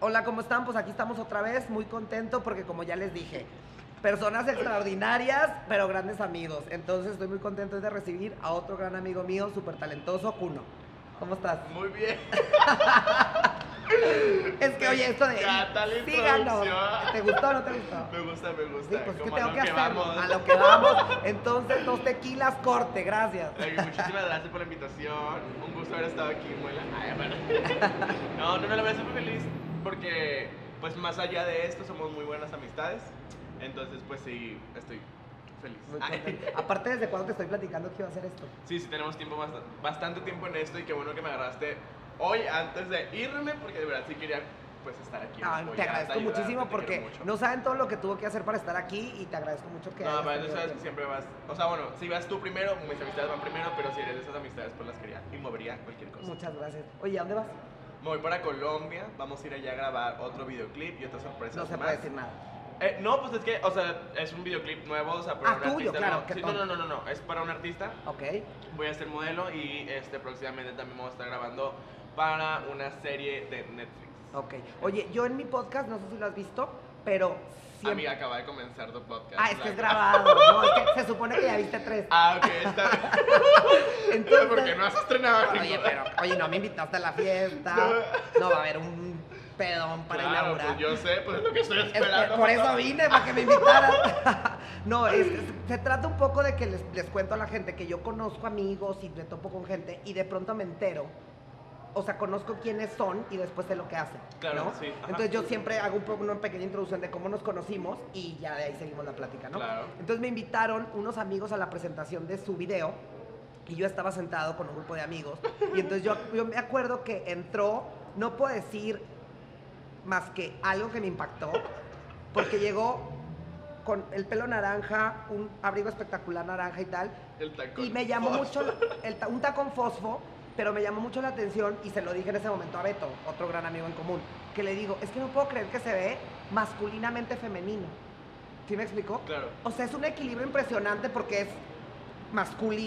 Hola, ¿cómo están? Pues aquí estamos otra vez, muy contento porque como ya les dije, personas extraordinarias, pero grandes amigos. Entonces estoy muy contento de recibir a otro gran amigo mío, súper talentoso, Cuno. ¿Cómo estás? Muy bien. Es que oye, esto de encanta la síganos. introducción. ¿Te gustó o no te gustó? Me gusta, me gusta. Sí, pues ¿qué Como tengo a que lo hacer? vamos. A lo que vamos. Entonces, dos tequilas corte, gracias. Oye, Muchísimas gracias por la invitación. Un gusto haber estado aquí, Muela. Ay, bueno. No, no, no, la verdad estoy muy feliz porque, pues, más allá de esto, somos muy buenas amistades. Entonces, pues, sí, estoy feliz. Muy Ay. contento. Aparte, ¿desde cuándo te estoy platicando que iba a hacer esto? Sí, sí, tenemos tiempo bast- bastante tiempo en esto y qué bueno que me agarraste hoy antes de irme porque de verdad sí quería, pues, estar aquí. Ah, apoyarte, te agradezco ayudarte, muchísimo te porque quiero mucho. no saben todo lo que tuvo que hacer para estar aquí y te agradezco mucho que. No, hayas para eso tenido sabes que tiempo. siempre vas. O sea, bueno, si vas tú primero, mis amistades van primero, pero si eres de esas amistades, pues las quería y movería cualquier cosa. Muchas gracias. Oye, ¿a dónde vas? Me voy para Colombia, vamos a ir allá a grabar otro videoclip y otras sorpresas. No se más. puede decir nada. Eh, no, pues es que, o sea, es un videoclip nuevo, o sea, para Ah, un tuyo, artista. claro, no, qué sí, no, tonto. no, no, no, no, es para un artista. Ok. Voy a ser modelo y este próximamente también vamos a estar grabando para una serie de Netflix. Ok. Oye, yo en mi podcast, no sé si lo has visto, pero siempre. Amiga, acaba de comenzar tu podcast. ah, es que es La- grabado. No, es que se supone que ya viste tres. Ah, ok, está bien. Entonces. Porque no has estrenado Oye, ninguna. pero, oye, no me invitaste a la fiesta. No va a haber un pedón para claro, inaugurar. Pues yo sé, pues es lo que estoy Es que esperando. Eh, por papá. eso vine, para que me invitaran. no, es- es- se trata un poco de que les, les cuento a la gente que yo conozco amigos y me topo con gente y de pronto me entero. O sea, conozco quiénes son y después sé lo que hacen. Claro, ¿no? sí, ajá. Entonces yo siempre hago un poco una pequeña introducción de cómo nos conocimos y ya de ahí seguimos la plática, ¿no? Claro. Entonces me invitaron unos amigos a la presentación de su video y yo estaba sentado con un grupo de amigos. Y entonces yo, yo me acuerdo que entró, no puedo decir más que algo que me impactó, porque llegó con el pelo naranja, un abrigo espectacular naranja y tal, El tacón. y me llamó Fos. mucho, la- el ta- un tacón fosfo, pero me llamó mucho la atención y se lo dije en ese momento a Beto, otro gran amigo en común, que le digo, es que no puedo creer que se ve masculinamente femenino. ¿Sí me explicó? Claro. O sea, es un equilibrio impresionante porque es masculino.